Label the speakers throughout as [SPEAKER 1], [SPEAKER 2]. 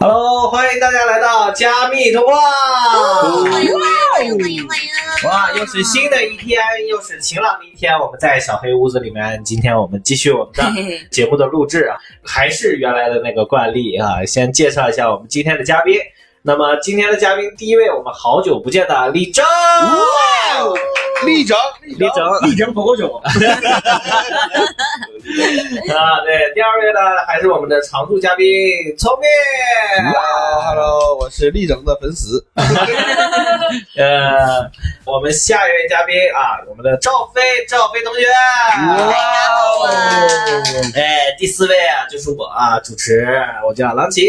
[SPEAKER 1] Hello，欢迎大家来到加密通
[SPEAKER 2] 哦
[SPEAKER 3] 欢迎欢
[SPEAKER 1] 话。
[SPEAKER 3] 迎欢迎欢迎！
[SPEAKER 1] 哇，又是新的一天，又是晴朗的一天。我们在小黑屋子里面，今天我们继续我们的
[SPEAKER 3] 嘿嘿
[SPEAKER 1] 节目的录制啊，还是原来的那个惯例啊，先介绍一下我们今天的嘉宾。那么今天的嘉宾，第一位我们好久不见的李征，
[SPEAKER 4] 立正，立
[SPEAKER 1] 李征，
[SPEAKER 5] 一 瓶火锅酒，
[SPEAKER 1] 啊，对，第二位呢还是我们的常驻嘉宾聪明。啊
[SPEAKER 4] Hello，我是立正的粉丝。
[SPEAKER 1] 呃，我们下一位嘉宾啊，我们的赵飞，赵飞同学。
[SPEAKER 3] 哇哦
[SPEAKER 1] 哎，第四位啊，就是我啊，主持，我叫郎奇。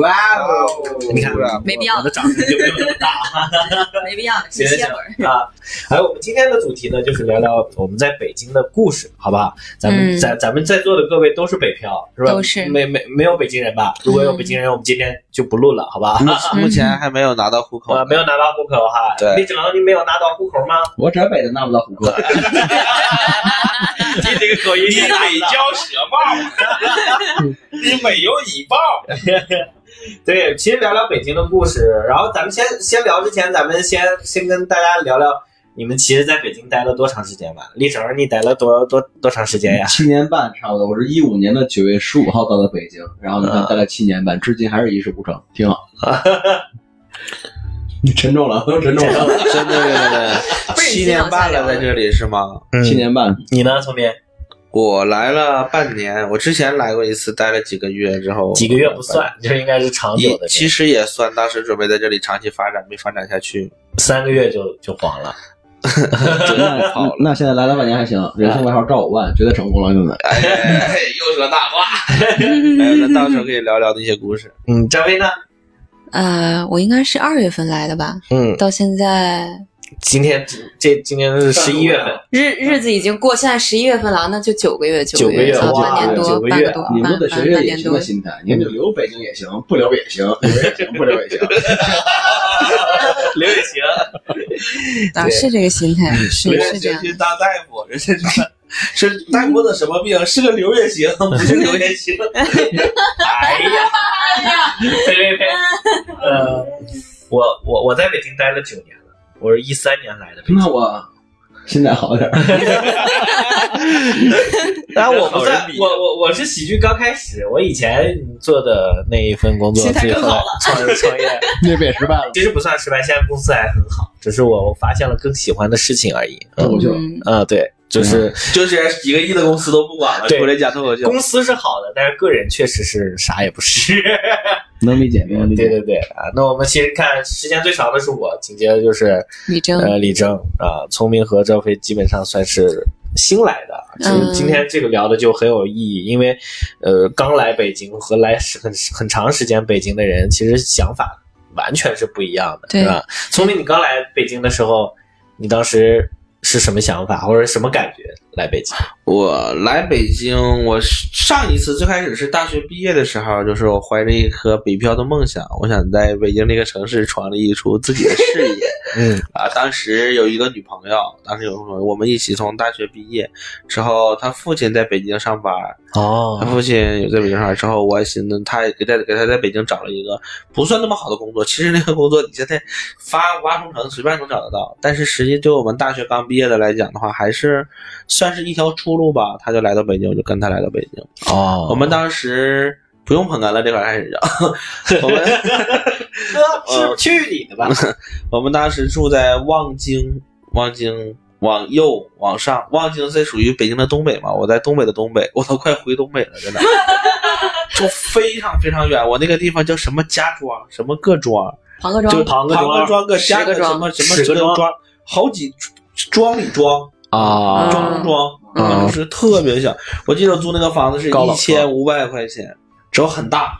[SPEAKER 4] 哇哦
[SPEAKER 1] 你看
[SPEAKER 4] 是不是
[SPEAKER 3] 没必要
[SPEAKER 1] 我的掌声就嗯没有那么大
[SPEAKER 3] 没必要，
[SPEAKER 1] 行
[SPEAKER 3] 歇
[SPEAKER 1] 行
[SPEAKER 3] 会儿。
[SPEAKER 1] 啊。还有我们今天的主题呢，就是聊聊我们在北京的故事，好不好？咱们
[SPEAKER 3] 嗯
[SPEAKER 1] 咱、咱们在座的各位都是北漂，是吧？
[SPEAKER 3] 都是嗯
[SPEAKER 1] 没没没有北京人吧？如果有北京人，我们今天就不录了，好吧？
[SPEAKER 4] 嗯目目前还没有拿到户口
[SPEAKER 1] 啊，，没有拿到户口哈。
[SPEAKER 4] 对
[SPEAKER 1] 李整，你没有拿到户口吗？
[SPEAKER 5] 我浙北的拿不到火锅。
[SPEAKER 1] 你这个口音
[SPEAKER 6] 你美交舌报，你美有以报。
[SPEAKER 1] 对，其实聊聊北京的故事，然后咱们先先聊之前，咱们先先跟大家聊聊你们其实在北京待了多长时间吧？立成，你待了多多多长时间呀？
[SPEAKER 5] 七年半差不多，我是一五年的九月十五号到的北京，然后你看
[SPEAKER 1] 啊
[SPEAKER 5] 待了七年半，至今还是一事无成，挺好。你沉重了，都沉重了。
[SPEAKER 4] 真的真的
[SPEAKER 3] 不是
[SPEAKER 4] 七年半了，在这里是吗？
[SPEAKER 5] 七年半，
[SPEAKER 1] 你呢，聪明？
[SPEAKER 4] 我来了半年，我之前来过一次，待了几个月之后，
[SPEAKER 1] 几个月不算，就应该是长久
[SPEAKER 4] 也
[SPEAKER 1] 的，
[SPEAKER 4] 其实也算，当时准备在这里长期发展，没发展下去，
[SPEAKER 1] 三个月就就黄了。
[SPEAKER 4] 真的好
[SPEAKER 5] 那
[SPEAKER 4] 了。
[SPEAKER 5] 那现在来了半年还行，人送外号赵五万，绝对成功了，兄 弟们。
[SPEAKER 4] 哎哎，又说大话。哎，那到时候可以聊聊那些故事。
[SPEAKER 1] 嗯，张飞呢？
[SPEAKER 3] 呃，我应该是二月份来的吧，
[SPEAKER 1] 嗯，
[SPEAKER 3] 到现在
[SPEAKER 1] 今天这今天是十一月份，
[SPEAKER 3] 日日子已经过，现在十一月份了，那就九个月，
[SPEAKER 1] 九
[SPEAKER 3] 个
[SPEAKER 1] 个月
[SPEAKER 3] 啊
[SPEAKER 1] 哇
[SPEAKER 3] 半年
[SPEAKER 1] 九
[SPEAKER 3] 多，
[SPEAKER 1] 个
[SPEAKER 3] 半
[SPEAKER 1] 月
[SPEAKER 3] 个
[SPEAKER 1] 啊
[SPEAKER 3] 多，
[SPEAKER 5] 你们
[SPEAKER 3] 半
[SPEAKER 5] 都得学
[SPEAKER 3] 半
[SPEAKER 5] 越
[SPEAKER 3] 半
[SPEAKER 5] 野
[SPEAKER 3] 年
[SPEAKER 5] 行
[SPEAKER 3] 多
[SPEAKER 5] 的。心态，你们就留北京也行，不留也行，留也行，不留也 行。
[SPEAKER 1] 刘也 行。
[SPEAKER 3] 啊，
[SPEAKER 1] 对
[SPEAKER 3] 是这个心态，
[SPEAKER 1] 嗯
[SPEAKER 3] 是
[SPEAKER 4] 刘
[SPEAKER 3] 是
[SPEAKER 4] 月
[SPEAKER 3] 这
[SPEAKER 4] 行
[SPEAKER 3] 样
[SPEAKER 4] 去。当大夫，人家是是大夫的什么病？是个刘月行，不是刘月行。
[SPEAKER 1] 哎呀，呸呸 呸！呃，我我我在北京待了九年了，我是一三年来的北京。
[SPEAKER 5] 那我心态好点儿，
[SPEAKER 1] 但我不
[SPEAKER 6] 好
[SPEAKER 1] 在
[SPEAKER 6] 人，比
[SPEAKER 1] 我我我是喜剧刚开始，我以前做的那一份工作，
[SPEAKER 3] 心态
[SPEAKER 1] 最
[SPEAKER 3] 更
[SPEAKER 1] 后
[SPEAKER 3] 好
[SPEAKER 1] 来创创 业，
[SPEAKER 5] 那不也失败了吗？
[SPEAKER 1] 其实不算失败，现在公司还很好，只是我我发现了更喜欢的事情而已。
[SPEAKER 5] 脱
[SPEAKER 1] 嗯
[SPEAKER 5] 口秀，
[SPEAKER 3] 嗯，
[SPEAKER 1] 啊，对，就是
[SPEAKER 6] 嗯
[SPEAKER 4] 就是几个亿的公司都不管了，
[SPEAKER 1] 对
[SPEAKER 4] 出来讲脱口秀。
[SPEAKER 1] 公司是好的，但是个人确实是啥也不是。
[SPEAKER 5] 能理解，
[SPEAKER 6] 嗯
[SPEAKER 5] 能理
[SPEAKER 1] 对对
[SPEAKER 5] 解。
[SPEAKER 1] 对啊，那我们其实看时间最长的是我，紧接着就是
[SPEAKER 3] 李征，
[SPEAKER 1] 呃李征啊，聪明和赵飞基本上算是新来的。其实
[SPEAKER 3] 嗯
[SPEAKER 1] 今天这个聊的就很有意义，因为呃刚来北京和来时很很长时间北京的人，其实想法完全是不一样的，
[SPEAKER 3] 对
[SPEAKER 1] 是吧？聪明，你刚来北京的时候，你当时是什么想法或者什么感觉来北京？
[SPEAKER 4] 我来北京，我上一次最开始是大学毕业的时候，就是我怀着一颗北漂的梦想，我想在北京这个城市创立出自己的事业。
[SPEAKER 1] 嗯
[SPEAKER 4] 啊，当时有一个女朋友，当时有个朋友，我们一起从大学毕业之后，她父亲在北京上班，他
[SPEAKER 1] 哦，
[SPEAKER 4] 父亲有在北京上班之后，我寻思他也给在给他在北京找了一个不算那么好的工作。其实那个工作你现在发挖空城随便能找得到，但是实际对我们大学刚毕业的来讲的话，还是算是一条出路吧。他就来到北京，我就跟他来到北京。
[SPEAKER 1] 哦
[SPEAKER 4] 我们当时不用捧哏了，这块儿开始 讲。我们
[SPEAKER 1] 哥是去你 的吧？
[SPEAKER 4] 我们当时住在望京，望京往右往上，望京是属于北京的东北嘛？我在东北的东北，我都快回东北了，真的，就非常非常远。我那个地方叫什么家庄，什么各庄，
[SPEAKER 3] 庞各
[SPEAKER 4] 就
[SPEAKER 3] 庄，
[SPEAKER 1] 庞各
[SPEAKER 4] 庞各
[SPEAKER 1] 庄
[SPEAKER 4] 庄个家
[SPEAKER 3] 十个
[SPEAKER 4] 个什
[SPEAKER 3] 庄
[SPEAKER 4] 么什
[SPEAKER 1] 十
[SPEAKER 4] 么
[SPEAKER 1] 个
[SPEAKER 4] 十个
[SPEAKER 1] 庄
[SPEAKER 4] 庄，好几庄里庄，
[SPEAKER 1] 啊
[SPEAKER 4] 庄中庄，
[SPEAKER 3] 嗯
[SPEAKER 4] 那当时特别小。我记得我租那个房子是
[SPEAKER 5] 高
[SPEAKER 4] 一
[SPEAKER 5] 了
[SPEAKER 4] 千五百块钱，只要很大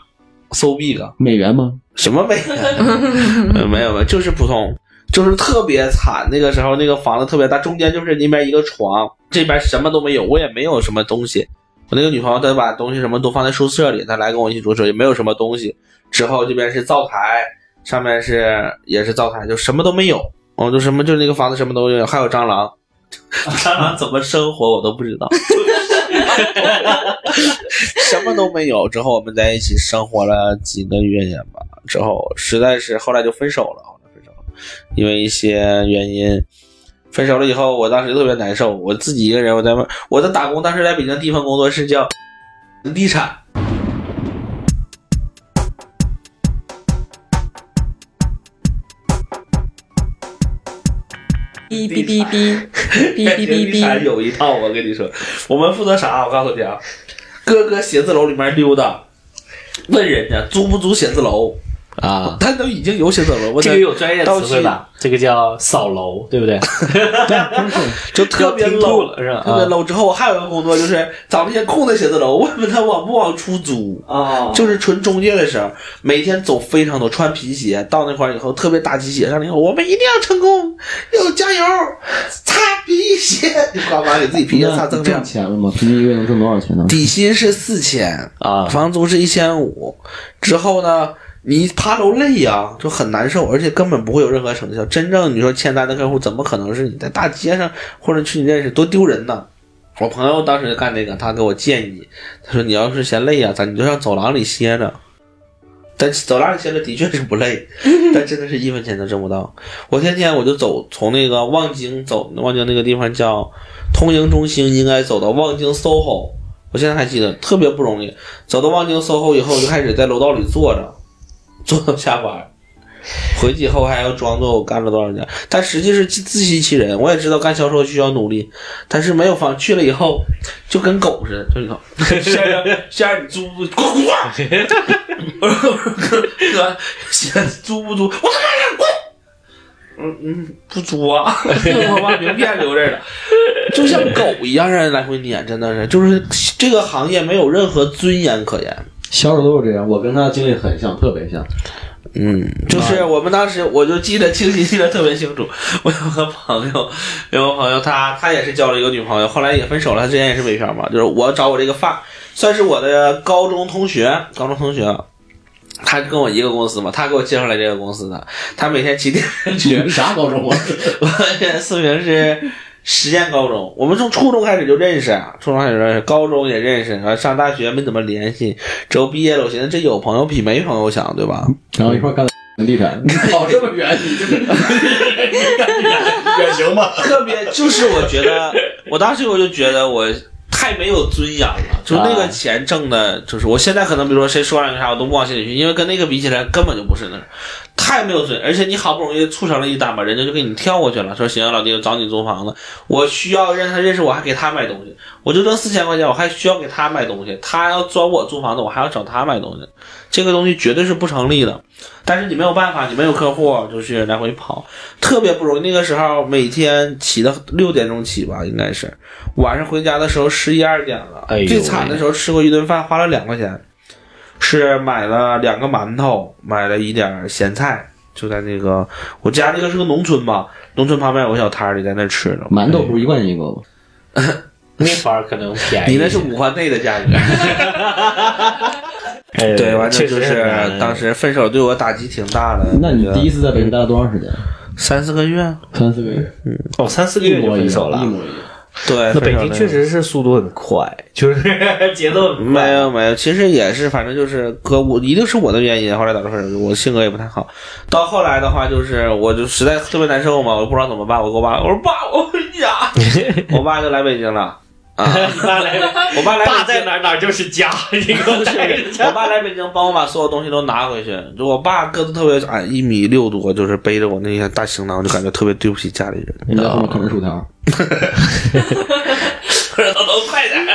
[SPEAKER 4] ，so big。
[SPEAKER 5] 美元吗？
[SPEAKER 4] 什么没？呃没有没有，就是普通，就是特别惨。那个时候那个房子特别大，中间就是那边一个床，这边什么都没有，我也没有什么东西。我那个女朋友她把东西什么都放在宿舍里，她来跟我一起住的时候也没有什么东西。之后这边是灶台，上面是也是灶台，就什么都没有。哦，就什么 就是那个房子什么都没有，还有蟑螂，蟑螂怎么生活我都不知道。什么都没有。之后我们在一起生活了几个月吧，之后实在是后来就分手了，后来分手了，因为一些原因。分手了以后，我当时特别难受，我自己一个人，我在外，我在打工，当时在北京第一份工作是叫地产，
[SPEAKER 3] 哔哔哔哔哔哔哔
[SPEAKER 4] 地产
[SPEAKER 3] 哔，
[SPEAKER 4] 有一套，我跟你说，我们负责啥？我告诉你啊，哥哥写字楼里面溜达，问人家租不租写字楼，
[SPEAKER 1] 啊。
[SPEAKER 4] 他都已经有写字楼，我
[SPEAKER 1] 这
[SPEAKER 4] 在
[SPEAKER 1] 个有专业词汇
[SPEAKER 4] 到
[SPEAKER 1] 的，这个叫扫楼，对不 对？
[SPEAKER 4] 就特别
[SPEAKER 1] 听
[SPEAKER 4] low
[SPEAKER 1] 吐了是吧？
[SPEAKER 4] 特别 low。之后我还有一个工作，就是找那些空的写字楼， 问问他往不往出租，
[SPEAKER 1] 啊，
[SPEAKER 4] 就是纯中介的时候，每天走非常多，穿皮鞋到那块儿以后特别打鸡血，上来以后我们一定要成功，要加油，擦皮 鞋，就呱呱给自己皮鞋擦锃亮
[SPEAKER 5] 挣。钱了吗？平均一个月能挣多少钱呢？
[SPEAKER 4] 底薪是四千
[SPEAKER 1] 啊
[SPEAKER 4] 房租是一千五，之后呢，你爬楼累呀、就很难受，而且根本不会有任何成效。真正你说签单的客户，怎么可能是你在大街上或者去你认识，多丢人呐！我朋友当时干这个，他给我建议，他说你要是嫌累呀、咱你就上走廊里歇着。但走廊里歇着的确是不累，但真的是一分钱都挣不到。我天天我就走，从那个望京走，望京那个地方叫通营中心，应该走到望京 SOHO。我现在还记得，特别不容易。走到望京 SOHO 以后，我就开始在楼道里坐着，坐到下班儿。回去以后还要装作我干了多少年，但实际是自自欺欺人。我也知道干销售需要努力，但是没有方去了以后就跟狗似的，就 你看，先生先生你租不租？滚滚！ 我说哥，先租不租？我他妈滚！嗯嗯，不租啊， 我把名片留这儿了。就像狗一样让人来回撵，真的是，就是这个行业没有任何尊严可言。
[SPEAKER 5] 销售都是这样，我跟他经历很像，特别像。
[SPEAKER 4] 嗯，就是我们当时我就记得清晰，记得特别清楚。我有个朋友，有个朋友他他也是交了一个女朋友，后来也分手了。他之前也是北漂嘛，就是我找我这个发，算是我的高中同学，高中同学。他跟我一个公司嘛，他给我介绍来这个公司的。他每天骑电瓶
[SPEAKER 5] 你
[SPEAKER 4] 去
[SPEAKER 5] 们 啥高中啊？
[SPEAKER 4] 我 四平是实验高中，我们从初中开始就认识，啊初中开始认识，高中也认识，然后上大学没怎么联系，之后毕业了，我寻思这有朋友比没朋友强，对吧？
[SPEAKER 5] 然后一块儿干的地产， 你跑这么远，你就是
[SPEAKER 6] 也行吧。
[SPEAKER 4] 特别就是我觉得，我当时我就觉得我太没有尊严了，就那个钱挣的，就是我现在可能比如说谁说两句啥，我都不往心里去，因为跟那个比起来根本就不是那，太没有尊严。而且你好不容易促成了一单吧，人家就给你跳过去了，说行，老弟，我找你租房子，我需要让他认识我，还给他买东西，我就挣四千块钱，我还需要给他买东西，他要找我租房子，我还要找他买东西，这个东西绝对是不成立的。但是你没有办法，你没有客户，就是来回跑。特别不容易。那个时候每天起到六点钟起吧，应该是晚上回家的时候十一二点了。
[SPEAKER 1] 哎呦
[SPEAKER 4] 最惨的时候吃过一顿饭，花了两块钱，是买了两个馒头，买了一点咸菜，就在那个我家那个是个农村嘛，农村旁边有个小摊儿里在那吃的
[SPEAKER 5] 馒头不是一块钱一个吗？
[SPEAKER 1] 那会儿可能便宜。
[SPEAKER 4] 你那是五环内的价格，
[SPEAKER 1] 哎
[SPEAKER 4] 对，完
[SPEAKER 1] 确
[SPEAKER 4] 正就
[SPEAKER 1] 实嗯
[SPEAKER 4] 是
[SPEAKER 1] 很难
[SPEAKER 4] 当时分手对我打击挺大的。
[SPEAKER 5] 那你
[SPEAKER 4] 我觉得
[SPEAKER 5] 第一次在北京待了多长时间？
[SPEAKER 4] 三四个月，
[SPEAKER 5] 三四个月，
[SPEAKER 1] 哦三四个
[SPEAKER 5] 一
[SPEAKER 1] 月就
[SPEAKER 5] 模一
[SPEAKER 1] 分手
[SPEAKER 5] 样，
[SPEAKER 1] 了
[SPEAKER 5] 一。模一样。
[SPEAKER 4] 对，
[SPEAKER 1] 那北
[SPEAKER 4] 分
[SPEAKER 1] 京
[SPEAKER 4] 手
[SPEAKER 1] 确实是速度很快，就是 节奏很快
[SPEAKER 4] 没有没有，其实也是，反正就是哥，我一定是我的原因，后来导致分手，我性格也不太好。到后来的话，就是我就实在特别难受嘛，我不知道怎么办，我跟我爸，我说爸，我回家， 我爸就来北京了 啊，
[SPEAKER 1] 爸来，
[SPEAKER 4] 我爸来
[SPEAKER 1] 爸
[SPEAKER 4] 北京
[SPEAKER 1] 在哪儿哪儿就是家，你给我带着
[SPEAKER 4] 我
[SPEAKER 1] 家。
[SPEAKER 4] 爸来北京帮我把所有东西都拿回去。就我爸个子特别矮，一米六多，就是背着我那些大行囊，就感觉特别对不起家里人。
[SPEAKER 5] 你在后面啃着薯条，
[SPEAKER 4] 都都快点！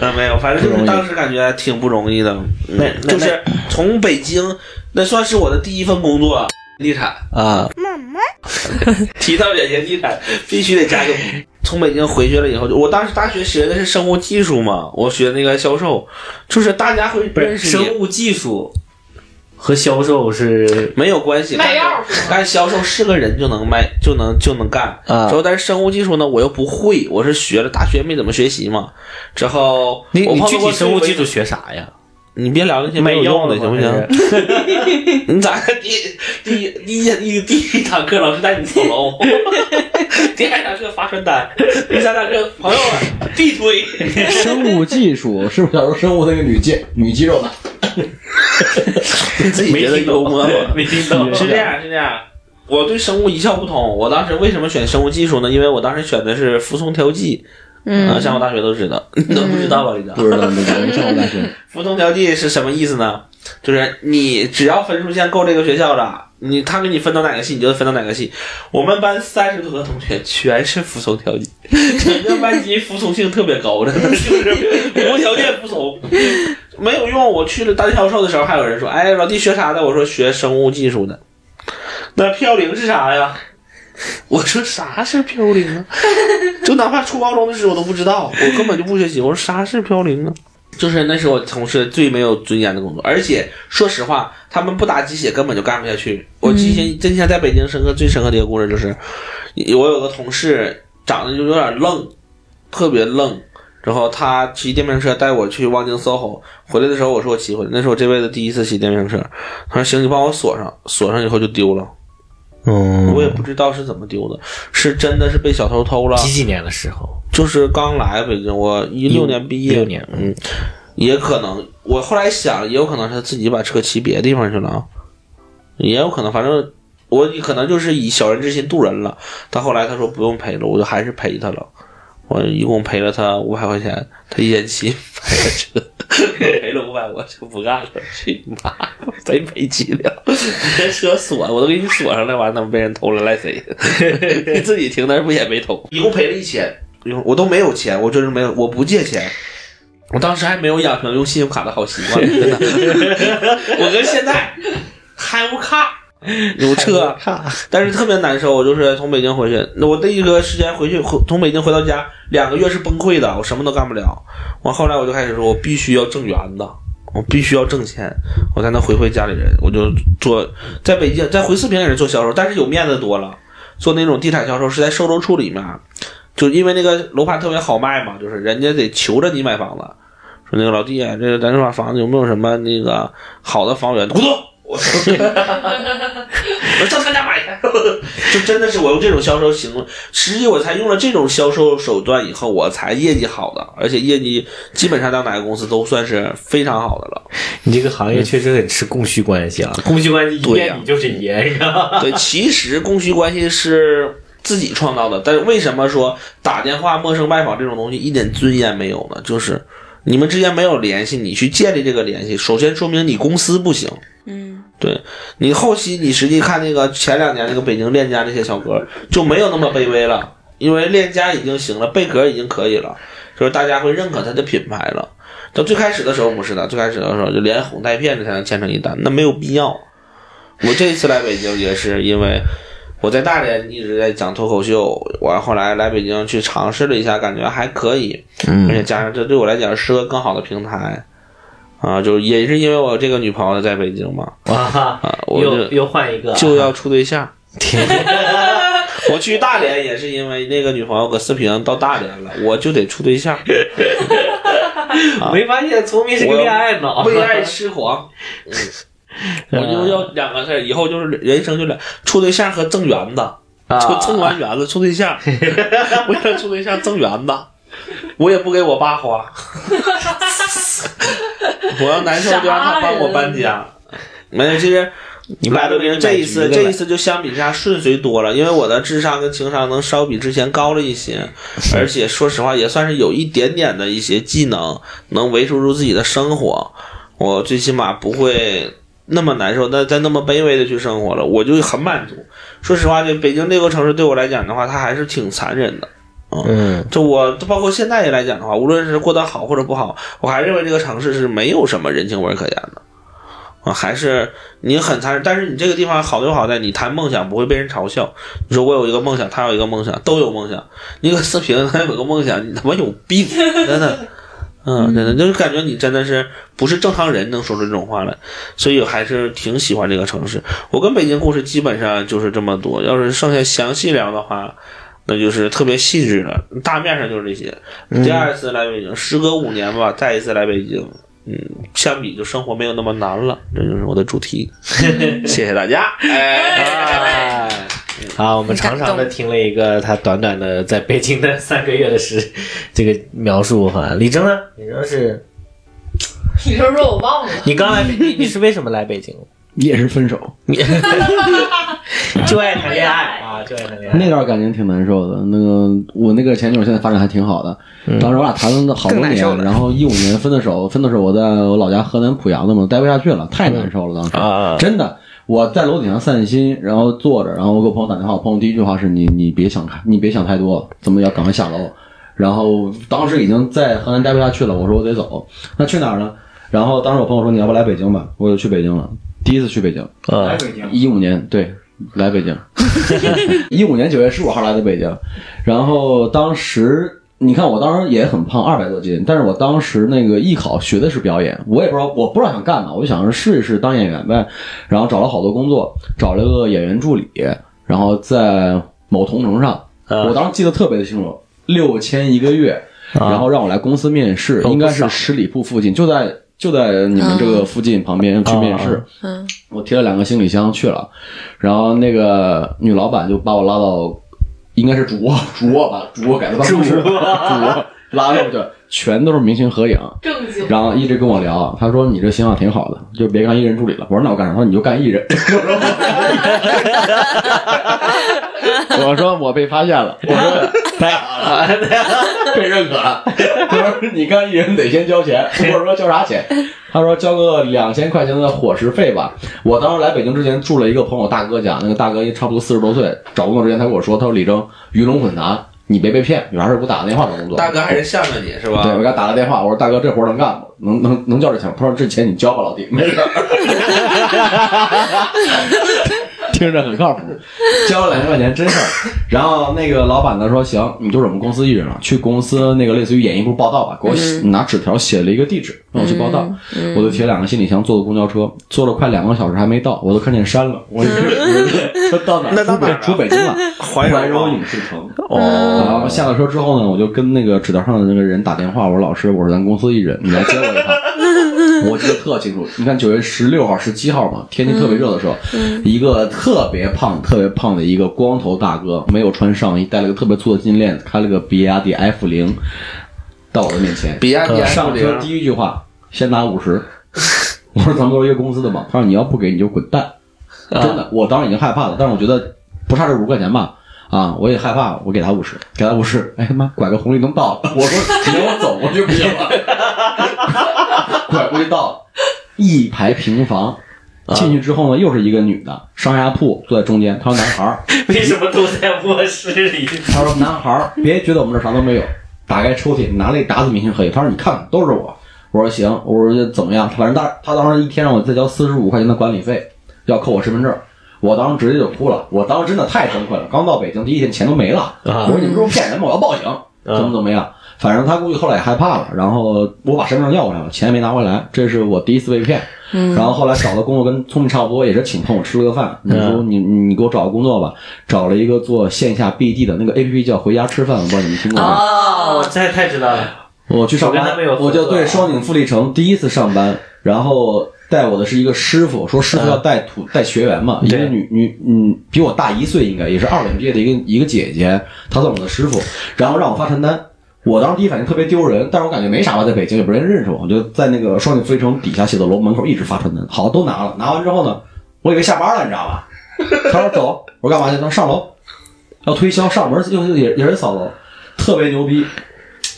[SPEAKER 4] 啊，没有，反正就是当时感觉挺不容易的，
[SPEAKER 1] 那
[SPEAKER 4] 嗯
[SPEAKER 1] 那
[SPEAKER 4] 就是从北京，那算是我的第一份工作，地产。
[SPEAKER 1] 啊，
[SPEAKER 4] 提到远行地产，必须得加个名。从北京回去了以后，就我当时大学学的是生物技术嘛，我学那个销售，就是大家会
[SPEAKER 1] 不是
[SPEAKER 4] 认识你
[SPEAKER 1] 生物技术和销售是
[SPEAKER 4] 没有关系，
[SPEAKER 2] 卖药
[SPEAKER 4] 但是但是销售是个人就能卖，就能就能干。
[SPEAKER 1] 啊
[SPEAKER 4] 之后，但是生物技术呢，我又不会，我是学了大学没怎么学习嘛。之后
[SPEAKER 1] 你
[SPEAKER 4] 我
[SPEAKER 1] 你
[SPEAKER 4] 碰
[SPEAKER 1] 具
[SPEAKER 4] 到过
[SPEAKER 1] 体生物技术
[SPEAKER 4] 最
[SPEAKER 1] 学啥呀？
[SPEAKER 4] 你别聊那些没有用的，行不行？？你咋第第第一第一第一堂课老师带你走楼？ 第二堂课发传单，第三堂课朋友们必推。
[SPEAKER 5] 生物技术是不是小时候生物那个女肌女肌肉男？
[SPEAKER 4] 自己觉得幽 默吗？
[SPEAKER 1] 没听懂。
[SPEAKER 4] 是这样，是这样。我对生物一窍不通。我当时为什么选生物技术呢？因为我当时选的是服从调剂，啊、
[SPEAKER 3] 嗯
[SPEAKER 4] 上过大学都知道， 你都不知道吧？李长
[SPEAKER 5] 不知道那个上我大学，
[SPEAKER 4] 服从调剂是什么意思呢？就是你只要分数线够这个学校的，你他给你分到哪个系，你就分到哪个系。我们班三十多个同学全是服从调剂，整个班级服从性特别高，真的就是无条件服从，没有用。我去了单校授的时候，还有人说：“哎，老弟学啥的？”我说：“学生物技术的。”那飘零是啥呀？我说啥是飘零 啊？就哪怕初高中的时候我都不知道，我根本就不学习。我说啥是飘零啊？就是那是我从事最没有尊严的工作，而且说实话，他们不打鸡血根本就干不下去。我之前之前在北京深刻最深刻的一个故事就是，我有个同事长得就有点愣，特别愣。然后他骑电瓶车带我去望京 SOHO，回来的时候我说我骑回来，那是我这辈子第一次骑电瓶车。他说行，你帮我锁上，锁上以后就丢了。
[SPEAKER 1] 嗯
[SPEAKER 4] 我也不知道是怎么丢的，是真的是被小偷偷 了，
[SPEAKER 1] 几几年的时候，
[SPEAKER 4] 就是刚来北京，我一六年毕业，
[SPEAKER 1] 16年
[SPEAKER 4] 嗯，也可能我后来想，也有可能是自己把车骑别的地方去了啊，也有可能，反正我可能就是以小人之心度人了。他后来他说不用赔了，我就还是赔他了，我一共赔了他五百块钱，他一千七买的车。我赔了五百，我就不干了，去你妈！我真没气了，这车锁我都给你锁上了，完了被人偷了赖 谁？你自己停那儿不也没偷？一共赔了一千，我都没有钱，我就是没有，我不借钱。我当时还没有养成用信用卡的好习惯，真的。 我跟现在还无卡有车，但是特别难受。我就是从北京回去，那我第一个时间回去，回从北京回到家，两个月是崩溃的，我什么都干不了。我后来我就开始说，我必须要挣圆的，我必须要挣钱，我才能回馈家里人。我就做在北京，在回四平也是做销售，但是有面子多了。做那种地产销售是在售楼处里面，就因为那个楼盘特别好卖嘛，就是人家得求着你买房子，说那个老弟，啊这个咱这把房子有没有什么那个好的房源？滚犊子！我说，我上他家买去，就真的是我用这种销售行为，实际我才用了这种销售手段以后，我才业绩好的，而且业绩基本上到哪个公司都算是非常好的了。
[SPEAKER 1] 你这个行业确实很吃供需关系啊，供需关系一
[SPEAKER 4] 对呀
[SPEAKER 1] 变你就是爷，你知道吗？
[SPEAKER 4] 对，其实供需关系是自己创造的，但是为什么说打电话、陌生拜访这种东西一点尊严没有呢？就是你们之间没有联系，你去建立这个联系，首先说明你公司不行。
[SPEAKER 3] 嗯
[SPEAKER 4] 对你后期你实际看那个前两年那个北京链家那些小哥就没有那么卑微了，因为链家已经行了，贝壳已经可以了，就是大家会认可它的品牌了。到最开始的时候不是的，最开始的时候就连哄带骗的才能签成一单，那没有必要。我这次来北京也是因为我在大连一直在讲脱口秀，完后来来北京去尝试了一下，感觉还可以，
[SPEAKER 1] 嗯
[SPEAKER 4] 而且加上这对我来讲是个更好的平台，啊，就是也是因为我这个女朋友在北京 嘛，
[SPEAKER 1] 哇，
[SPEAKER 4] 啊，我就
[SPEAKER 1] 又又换一个啊，
[SPEAKER 4] 就要处对象。
[SPEAKER 1] 天，
[SPEAKER 4] 我去大连也是因为那个女朋友搁四平到大连了，我就得处 对象。
[SPEAKER 1] 没发现聪明是个恋爱脑，
[SPEAKER 4] 为爱 痴狂，嗯我就要两个事儿，以后就是人生就两处对象和挣圆子，
[SPEAKER 1] 啊
[SPEAKER 4] 就挣完圆子处对象。为了处对象挣圆子，我也不给我爸花，我要难受就让他帮我搬家。没有，其实
[SPEAKER 1] 你
[SPEAKER 4] 来
[SPEAKER 1] 来
[SPEAKER 4] 了
[SPEAKER 1] 了
[SPEAKER 4] 北京这一次，这一次就相比之下顺遂多了，因为我的智商跟情商能稍比之前高了一些，而且说实话也算是有一点点的一些技能，能维持住自己的生活。我最起码不会那么难受，但再那么卑微的去生活了，我就很满足。说实话，这北京这个城市对我来讲的话，它还是挺残忍的。
[SPEAKER 1] 嗯，
[SPEAKER 4] 就我包括现在来讲的话，无论是过得好或者不好，我还认为这个城市是没有什么人情味儿可言的。啊，还是你很残忍，但是你这个地方好就好在你谈梦想不会被人嘲笑。你说我有一个梦想，他有一个梦想，都有梦想。你搁四平，他有个梦想，你他妈有病，真的，嗯，真的就是感觉你真的是不是正常人能说出这种话来，所以我还是挺喜欢这个城市。我跟北京故事基本上就是这么多，要是剩下详细聊的话，那就是特别细致了，大面上就是这些。第二次来北京，时隔五年吧，再一次来北京，嗯，相比就生活没有那么 哎难了，这就是我的主题。谢谢大家，哎，
[SPEAKER 1] 哎啊，我们长长的听了一个他短短的在北京的三个月的时这个描述哈。李征呢？李征是
[SPEAKER 2] 你就说我忘了，
[SPEAKER 1] 你刚来，你你是为什么来 北京？
[SPEAKER 5] 也是分手，
[SPEAKER 1] 就爱谈恋爱啊，就爱谈恋爱。
[SPEAKER 5] 那段感情挺难受的。那个我那个前女友现在发展还挺好的，当时我俩谈了好多
[SPEAKER 7] 更难受
[SPEAKER 5] 年，
[SPEAKER 7] 了
[SPEAKER 5] 然后一五年分的手，分的时候我在我老家河南濮阳的嘛，待不下去了，太难受了。当时、
[SPEAKER 1] 啊
[SPEAKER 5] 真的，我在楼顶上散心，然后坐着，然后我给我朋友打电话，我朋友第一句话是你你别想开，你别想太多，咱们要赶快下楼。然后当时已经在河南待不下去了，我说我得走，那去哪儿呢？然后当时我朋友说你要不来北京吧，我就去北京了，第一次去北京。
[SPEAKER 1] 啊
[SPEAKER 6] 来，北京，
[SPEAKER 5] 一五年对，来北京，一五年九月十五号来的北京，然后当时。你看，我当时也很胖，二百多斤，但是我当时那个艺考学的是表演，我也不知道，我不知道想干嘛，我就想着试一试当演员呗，然后找了好多工作，找了个演员助理，然后在某同城上，
[SPEAKER 4] 呃
[SPEAKER 1] 啊
[SPEAKER 5] 我当时记得特别的清楚，六千一个月，
[SPEAKER 1] 啊
[SPEAKER 5] 然后让我来公司面试，
[SPEAKER 1] 哦
[SPEAKER 5] 应该
[SPEAKER 1] 不
[SPEAKER 5] 是
[SPEAKER 1] 少
[SPEAKER 5] 十里铺附近，就在就在你们这个附近旁
[SPEAKER 1] 啊
[SPEAKER 5] 边去面试，
[SPEAKER 2] 嗯，
[SPEAKER 5] 我提了两个行李箱去了，然后那个女老板就把我拉到，应该是主卧，主卧吧，主卧改的办公室，主卧拉上去，全都是明星合影，
[SPEAKER 2] 正经
[SPEAKER 5] 然后一直跟我聊，她说你这想法挺好的，就别干艺人助理了。我说那我干啥？她说你就干艺人。我说我被发现了，我说 太好了， 被认可了。他说你干艺人得先交钱，我说交啥钱？他说交个两千块钱的伙食费吧。我当时来北京之前住了一个朋友大哥家，那个大哥也差不多四十多岁，找工作之前他跟我说，他说李征鱼龙混杂，你别被骗，有啥事儿给我打个电话找工作。
[SPEAKER 4] 大哥还是向着你是吧？
[SPEAKER 5] 对，我给他打了电话，我说大哥，这活儿能干吗？能能能交这钱吗？他说这钱你交吧，老弟，没事儿。 听着很靠谱，交了两千块钱，真事儿。然后那个老板呢说行，你就是我们公司艺人了，去公司那个类似于演艺部报道吧，给我写、拿纸条写了一个地址，让我去报道。我就提了两个行李箱，坐的公交车，坐了快两个小时还没到，我都看见山了。我这 我这到哪儿？
[SPEAKER 4] 那到
[SPEAKER 5] 出
[SPEAKER 4] 哪
[SPEAKER 5] 北
[SPEAKER 4] 儿啊
[SPEAKER 5] 出北京了，
[SPEAKER 4] 怀柔啊
[SPEAKER 5] 怀柔影视城。
[SPEAKER 4] 哦，
[SPEAKER 5] 然后下了车之后呢，我就跟那个纸条上的那个人打电话，我说老师，我是咱公司艺人，你来接我一趟。 我记得特清楚，你看九月十六号、十七号嘛，天气特别热的时候，一个特别胖、特别胖的一个光头大哥，没有穿上衣，戴了个特别粗的金链子，开了个比亚迪 F 零，到我的面前，
[SPEAKER 4] 比亚迪 F
[SPEAKER 5] 上车
[SPEAKER 4] 零，
[SPEAKER 5] 第一句话先拿五 十，我说咱们都是一个公司的嘛，他说你要不给你就滚蛋，真的，我当时已经害怕了，但是我觉得不差这五十块钱吧，啊，我也害怕，我给他五十，给他五十，哎他妈拐个红绿灯到了，我说只要我走过去不行吗？ 拐过去到了，一排平房。
[SPEAKER 1] 啊
[SPEAKER 5] 进去之后呢，又是一个女的，上下铺坐在中间。她说：“男孩儿，
[SPEAKER 1] 为什么都在卧室 里？
[SPEAKER 5] 他说：“男孩儿，别觉得我们这啥都没有，打开抽屉，拿了一沓子明星合影。”他说：“你看看，都是我。”我说：“行。”我说：“怎么样？”反正当他当时一天让我再交四十五块钱的管理费，要扣我身份证。我当时直接就哭了，我当时真的太崩溃了。刚到北京第一天，钱都没了。
[SPEAKER 1] 啊
[SPEAKER 5] 我说：“你们这不是骗人吗？我要报警！”怎么怎么样？反正他估计后来也害怕了，然后我把身份证要回来了，钱也没拿回来，这是我第一次被骗。
[SPEAKER 3] 嗯
[SPEAKER 5] 然后后来找的工作跟聪明差不多，也是请朋友吃了个饭。你说你你你给我找个工作吧，找了一个做线下 BD 的那个 APP 叫回家吃饭，我不知道你们
[SPEAKER 3] 嗯
[SPEAKER 5] 听过没？
[SPEAKER 1] 我
[SPEAKER 2] 哦，
[SPEAKER 1] 太太知道了，
[SPEAKER 5] 我去上
[SPEAKER 1] 我跟
[SPEAKER 5] 班
[SPEAKER 1] 他们有，合作
[SPEAKER 5] 我就对双井富力城第一次上班，然后带我的是一个师傅，说师傅要带徒带学员嘛，一
[SPEAKER 1] 嗯
[SPEAKER 5] 个
[SPEAKER 1] 对
[SPEAKER 5] 女女嗯比我大一岁，应该也是二本毕业的一个一个姐姐，她做我的师傅，然后让我发传单。我当时第一反应特别丢人，但是我感觉没啥吧，在北京也不人认识我，我就在那个双井富力城底下写字楼门口一直发传单，好都拿了，拿完之后呢，我以为下班了，你知道吧？他说走，我说干嘛去？他说上楼，要推销上门，又也也是扫楼，特别牛逼。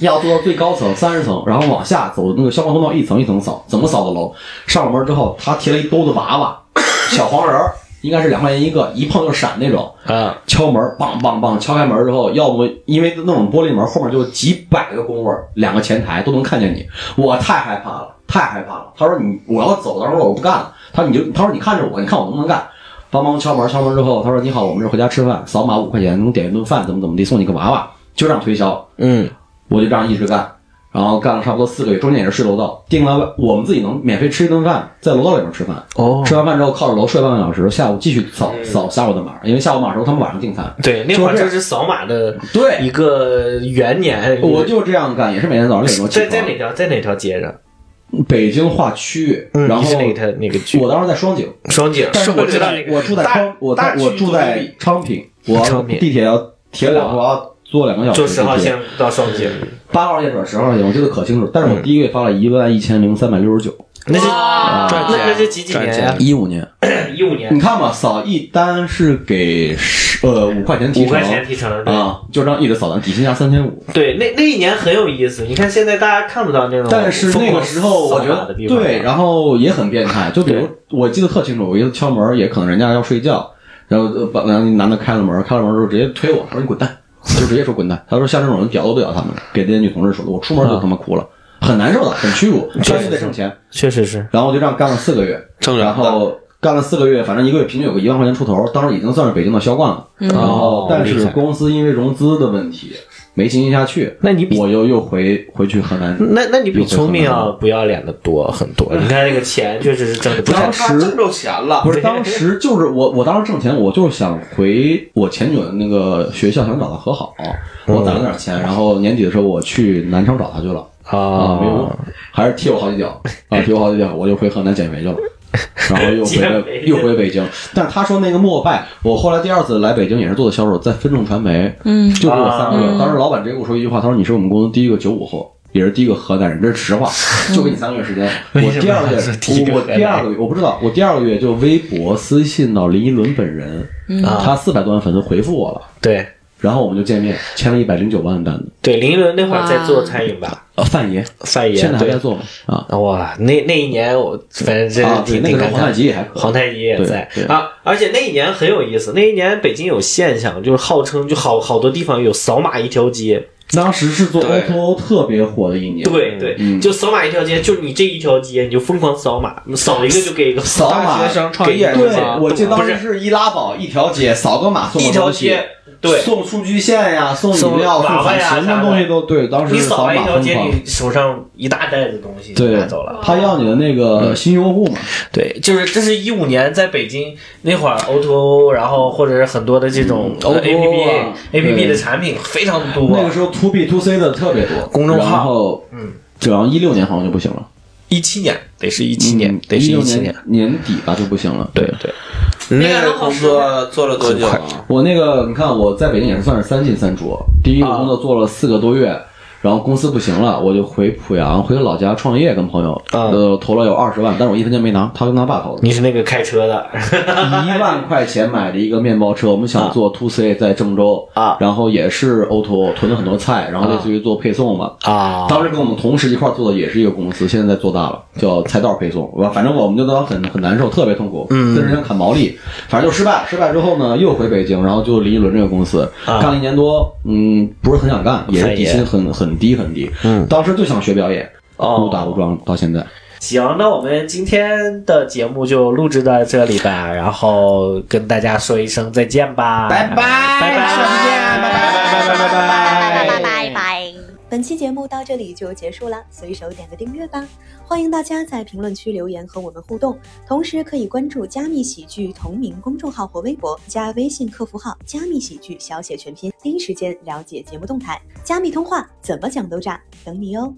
[SPEAKER 5] 要做到最高层三十层，然后往下走那个消防通道一层一层扫，怎么扫的楼？上了门之后，他提了一兜子娃娃， 小黄人儿，应该是两块钱一个，一碰就闪那种。
[SPEAKER 1] 啊，
[SPEAKER 5] 敲门，梆梆梆，敲开门之后，要么因为那种玻璃门后面就几百个工位，两个前台都能看见你，我太害怕了，太害怕了。他说你我要走，当时我不干了。他说你就他说你看着我，你看我能不能干？帮忙敲门，敲门之后，他说你好，我们是回家吃饭，扫码五块钱能点一顿饭，怎么怎么地，送你个娃娃，就这样推销。
[SPEAKER 1] 嗯，
[SPEAKER 5] 我就这样一直干，然后干了差不多四个月，中间也是睡楼道，订了外我们自己能免费吃一顿饭，在楼道里面吃饭。
[SPEAKER 1] 哦，嗯
[SPEAKER 5] 吃完饭之后靠着楼睡半个小时，下午继续扫扫下午的码，因为下午码的时候他们晚上订餐。
[SPEAKER 1] 对，啊那会儿就是扫码的
[SPEAKER 5] 对，
[SPEAKER 1] 一个元年，
[SPEAKER 5] 我就这样干，也是每天早上六点多起
[SPEAKER 1] 在
[SPEAKER 5] 床。
[SPEAKER 1] 在哪条在哪条街上？
[SPEAKER 5] 北京化区，
[SPEAKER 1] 嗯
[SPEAKER 5] 然
[SPEAKER 1] 你
[SPEAKER 5] 后
[SPEAKER 1] 是哪条哪个区？
[SPEAKER 5] 我当时在双井，
[SPEAKER 1] 双井，
[SPEAKER 5] 但是
[SPEAKER 1] 我知道
[SPEAKER 5] 我住在
[SPEAKER 4] 大
[SPEAKER 5] 昌，我
[SPEAKER 4] 大
[SPEAKER 5] 在
[SPEAKER 4] 区
[SPEAKER 5] 我住
[SPEAKER 4] 左
[SPEAKER 5] 在
[SPEAKER 4] 右
[SPEAKER 5] 昌平，我
[SPEAKER 1] 超便宜
[SPEAKER 5] 地铁要铁两我要坐两个小时
[SPEAKER 1] 就
[SPEAKER 5] 地
[SPEAKER 1] 十
[SPEAKER 5] 铁，
[SPEAKER 1] 号线到双井，
[SPEAKER 5] 八号线转十号线，我记得可清楚。但
[SPEAKER 1] 嗯
[SPEAKER 5] 是我第一个月发了一万一千零三百六十九，
[SPEAKER 1] 那是
[SPEAKER 4] 哦
[SPEAKER 2] 哇
[SPEAKER 1] 那
[SPEAKER 4] 赚钱
[SPEAKER 1] 啊那是几几年哎呀
[SPEAKER 4] 赚？
[SPEAKER 5] 一五年。
[SPEAKER 1] 一五年
[SPEAKER 5] 你，看吧，扫一单是给十呃五块钱提
[SPEAKER 1] 五
[SPEAKER 5] 成
[SPEAKER 1] 块钱提成，对
[SPEAKER 5] 啊，就这样一直扫单，底薪价三千五。
[SPEAKER 1] 对，那那一年很有意思。你看现在大家看不到那种，
[SPEAKER 5] 但是那个时候我觉得对，，然后也很变态。就比如我记得特清楚，我一次敲门，也可能人家要睡觉，然后呃把然后那男的开了门，开了门之后直接推我，说你滚蛋，就直接说滚蛋。他说像这种人屌都不屌他们，给这些女同志说的，我出门就他妈哭了，很难受的，很屈辱，
[SPEAKER 1] 啊确实
[SPEAKER 5] 但是得挣钱。
[SPEAKER 1] 确实是
[SPEAKER 5] 然后我就这样干了四个月，
[SPEAKER 4] 挣着
[SPEAKER 5] 然后干了四个月，反正一个月平均有个一万块钱出头，当时已经算是北京的销冠了。
[SPEAKER 3] 嗯
[SPEAKER 5] 然后
[SPEAKER 4] 哦，
[SPEAKER 5] 但
[SPEAKER 4] 厉
[SPEAKER 5] 是
[SPEAKER 4] 害
[SPEAKER 5] 公司因为融资的问题没经营下去，
[SPEAKER 1] 那你比
[SPEAKER 5] 我又又回回去河南。
[SPEAKER 1] 那那你比聪明要不要脸的多很多。你看那个钱确实是挣的不
[SPEAKER 4] 不是
[SPEAKER 1] 少
[SPEAKER 5] 当，时
[SPEAKER 4] 他挣着钱了，
[SPEAKER 5] 不是当时就是我，我当时挣钱，我就是想回我前女友的那个学校，想找她和好。我攒了点钱，然后年底的时候我去南昌找她去了啊，
[SPEAKER 1] 哦
[SPEAKER 5] 没有用，还是踢我好几脚啊，踢我好几脚，我就回河南减肥去了，然后又回
[SPEAKER 1] 减
[SPEAKER 5] 了
[SPEAKER 1] 肥
[SPEAKER 5] 又回北京。但是他说那个莫拜，我后来第二次来北京也是做的销售，在分众传媒，
[SPEAKER 3] 嗯
[SPEAKER 5] 就给我三个月。
[SPEAKER 3] 啊
[SPEAKER 5] 当时老板直接跟我说一句话，他说你是我们公司第一个九五后，也是第一个河南人，这是实话，就给你三个月时间。我第二个
[SPEAKER 1] 嗯 为什么是第一
[SPEAKER 5] 月，
[SPEAKER 1] 个
[SPEAKER 5] 我
[SPEAKER 1] 河
[SPEAKER 5] 我
[SPEAKER 1] 南人
[SPEAKER 5] 第二个月我不知道，我第二个月就微博私信到林依轮本人，
[SPEAKER 3] 嗯
[SPEAKER 1] 啊
[SPEAKER 5] 他四百多万粉丝回复我了，
[SPEAKER 1] 对
[SPEAKER 5] 然后我们就见面，签了一百零九万的单子。
[SPEAKER 1] 对，林依轮那会儿在做餐饮吧，
[SPEAKER 5] 呃，范爷
[SPEAKER 1] 饭
[SPEAKER 5] 现
[SPEAKER 1] 宴
[SPEAKER 5] 在还在
[SPEAKER 1] 对。
[SPEAKER 5] 做吗？啊
[SPEAKER 1] 哇，那那一年我反正真
[SPEAKER 5] 啊
[SPEAKER 1] 是，
[SPEAKER 5] 对，
[SPEAKER 1] 挺
[SPEAKER 5] 那
[SPEAKER 1] 挺
[SPEAKER 5] 个时
[SPEAKER 1] 尴
[SPEAKER 5] 候
[SPEAKER 1] 尬。
[SPEAKER 5] 黄太极也还可
[SPEAKER 1] 皇
[SPEAKER 5] 以。
[SPEAKER 1] 太极也
[SPEAKER 5] 对
[SPEAKER 1] 在
[SPEAKER 5] 对
[SPEAKER 1] 啊，而且那一年很有意思，那一年北京有现象，就是号称就好好多地方有扫码一条街，
[SPEAKER 5] 当时是做
[SPEAKER 4] 对
[SPEAKER 5] O to O 特别火的一年，
[SPEAKER 1] 对对，
[SPEAKER 5] 嗯
[SPEAKER 1] 就扫码一条街，就你这一条街你就疯狂扫码，扫一个就给一个，
[SPEAKER 5] 扫码
[SPEAKER 4] 大学生创
[SPEAKER 1] 给
[SPEAKER 4] 业是
[SPEAKER 1] 对
[SPEAKER 4] 吗？
[SPEAKER 5] 我记得
[SPEAKER 1] 不
[SPEAKER 5] 当
[SPEAKER 1] 是
[SPEAKER 5] 时是易拉宝一条街，扫个码送
[SPEAKER 1] 一
[SPEAKER 5] 个
[SPEAKER 1] 条
[SPEAKER 5] 东西
[SPEAKER 1] 街，对，
[SPEAKER 5] 送数据线呀，送饮料，
[SPEAKER 1] 送
[SPEAKER 5] 送
[SPEAKER 1] 喇叭呀
[SPEAKER 5] 什
[SPEAKER 1] 啥
[SPEAKER 5] 么
[SPEAKER 1] 的
[SPEAKER 5] 东西都对。当时
[SPEAKER 1] 你
[SPEAKER 5] 是扫
[SPEAKER 1] 扫
[SPEAKER 5] 码
[SPEAKER 1] 完一条
[SPEAKER 5] 疯
[SPEAKER 1] 街，
[SPEAKER 5] 狂，
[SPEAKER 1] 你手上一大袋子东西就
[SPEAKER 5] 对
[SPEAKER 1] 拿走了。嗯
[SPEAKER 5] 他要你的那个新用户嘛，
[SPEAKER 1] 对，就是这是一五年在北京那会儿 O to O，然后或者是很多的这种
[SPEAKER 5] O2O 啊
[SPEAKER 1] A P P A P
[SPEAKER 5] 对
[SPEAKER 1] P 的产品非常多。
[SPEAKER 5] 那个时候 to B to C 的特别多，
[SPEAKER 1] 嗯公众号
[SPEAKER 5] 然后
[SPEAKER 1] 嗯，
[SPEAKER 5] 然后一六年好像就不行了，
[SPEAKER 1] 一七年得是一七年，得是
[SPEAKER 5] 嗯一
[SPEAKER 1] 一
[SPEAKER 5] 六
[SPEAKER 1] 七
[SPEAKER 5] 年。年底吧就不行了。
[SPEAKER 1] 对对，
[SPEAKER 4] 那个工作做了多久啊？
[SPEAKER 5] 我那个你看我在北京也是算是三进三出，第一个
[SPEAKER 1] 啊
[SPEAKER 5] 工作做了四个多月。然后公司不行了，我就回濮阳，回老家创业，跟朋友，
[SPEAKER 1] 啊
[SPEAKER 5] 呃，投了有二十万，但是我一分钱没拿，他跟他爸投的。
[SPEAKER 1] 你是那个开车的，
[SPEAKER 5] 一万块钱买了一个面包车，我们想做 to C 在郑州
[SPEAKER 1] 啊
[SPEAKER 5] 然后也是 O to O 囤了很多菜，然后类似于做配送嘛。
[SPEAKER 1] 啊嗯
[SPEAKER 5] 当时跟我们同时一块儿做的也是一个公司，现在做大了，叫菜道配送。我反正我们就当时很很难受，特别痛苦，
[SPEAKER 1] 嗯
[SPEAKER 5] 跟人想砍毛利，反正就失败。失败之后呢，又回北京，然后就离一轮这个公司，
[SPEAKER 1] 啊
[SPEAKER 5] 干了一年多，嗯，不是很想干，也是底薪很很低很低。
[SPEAKER 1] 嗯，哦
[SPEAKER 5] 当时就想学表演，误打误撞到现在。
[SPEAKER 1] 行，那我们今天的节目就录制到这里吧，然后跟大家说一声再见吧，拜拜，拜拜，再见，拜拜，拜拜，拜拜，拜拜。
[SPEAKER 7] 拜拜。
[SPEAKER 8] 本期节目到这里就结束了，随手点个订阅吧。欢迎大家在评论区留言和我们互动，同时可以关注加密喜剧同名公众号或微博，加微信客服号“加密喜剧”小写全拼，第一时间了解节目动态。加密通话怎么讲都炸，等你哦！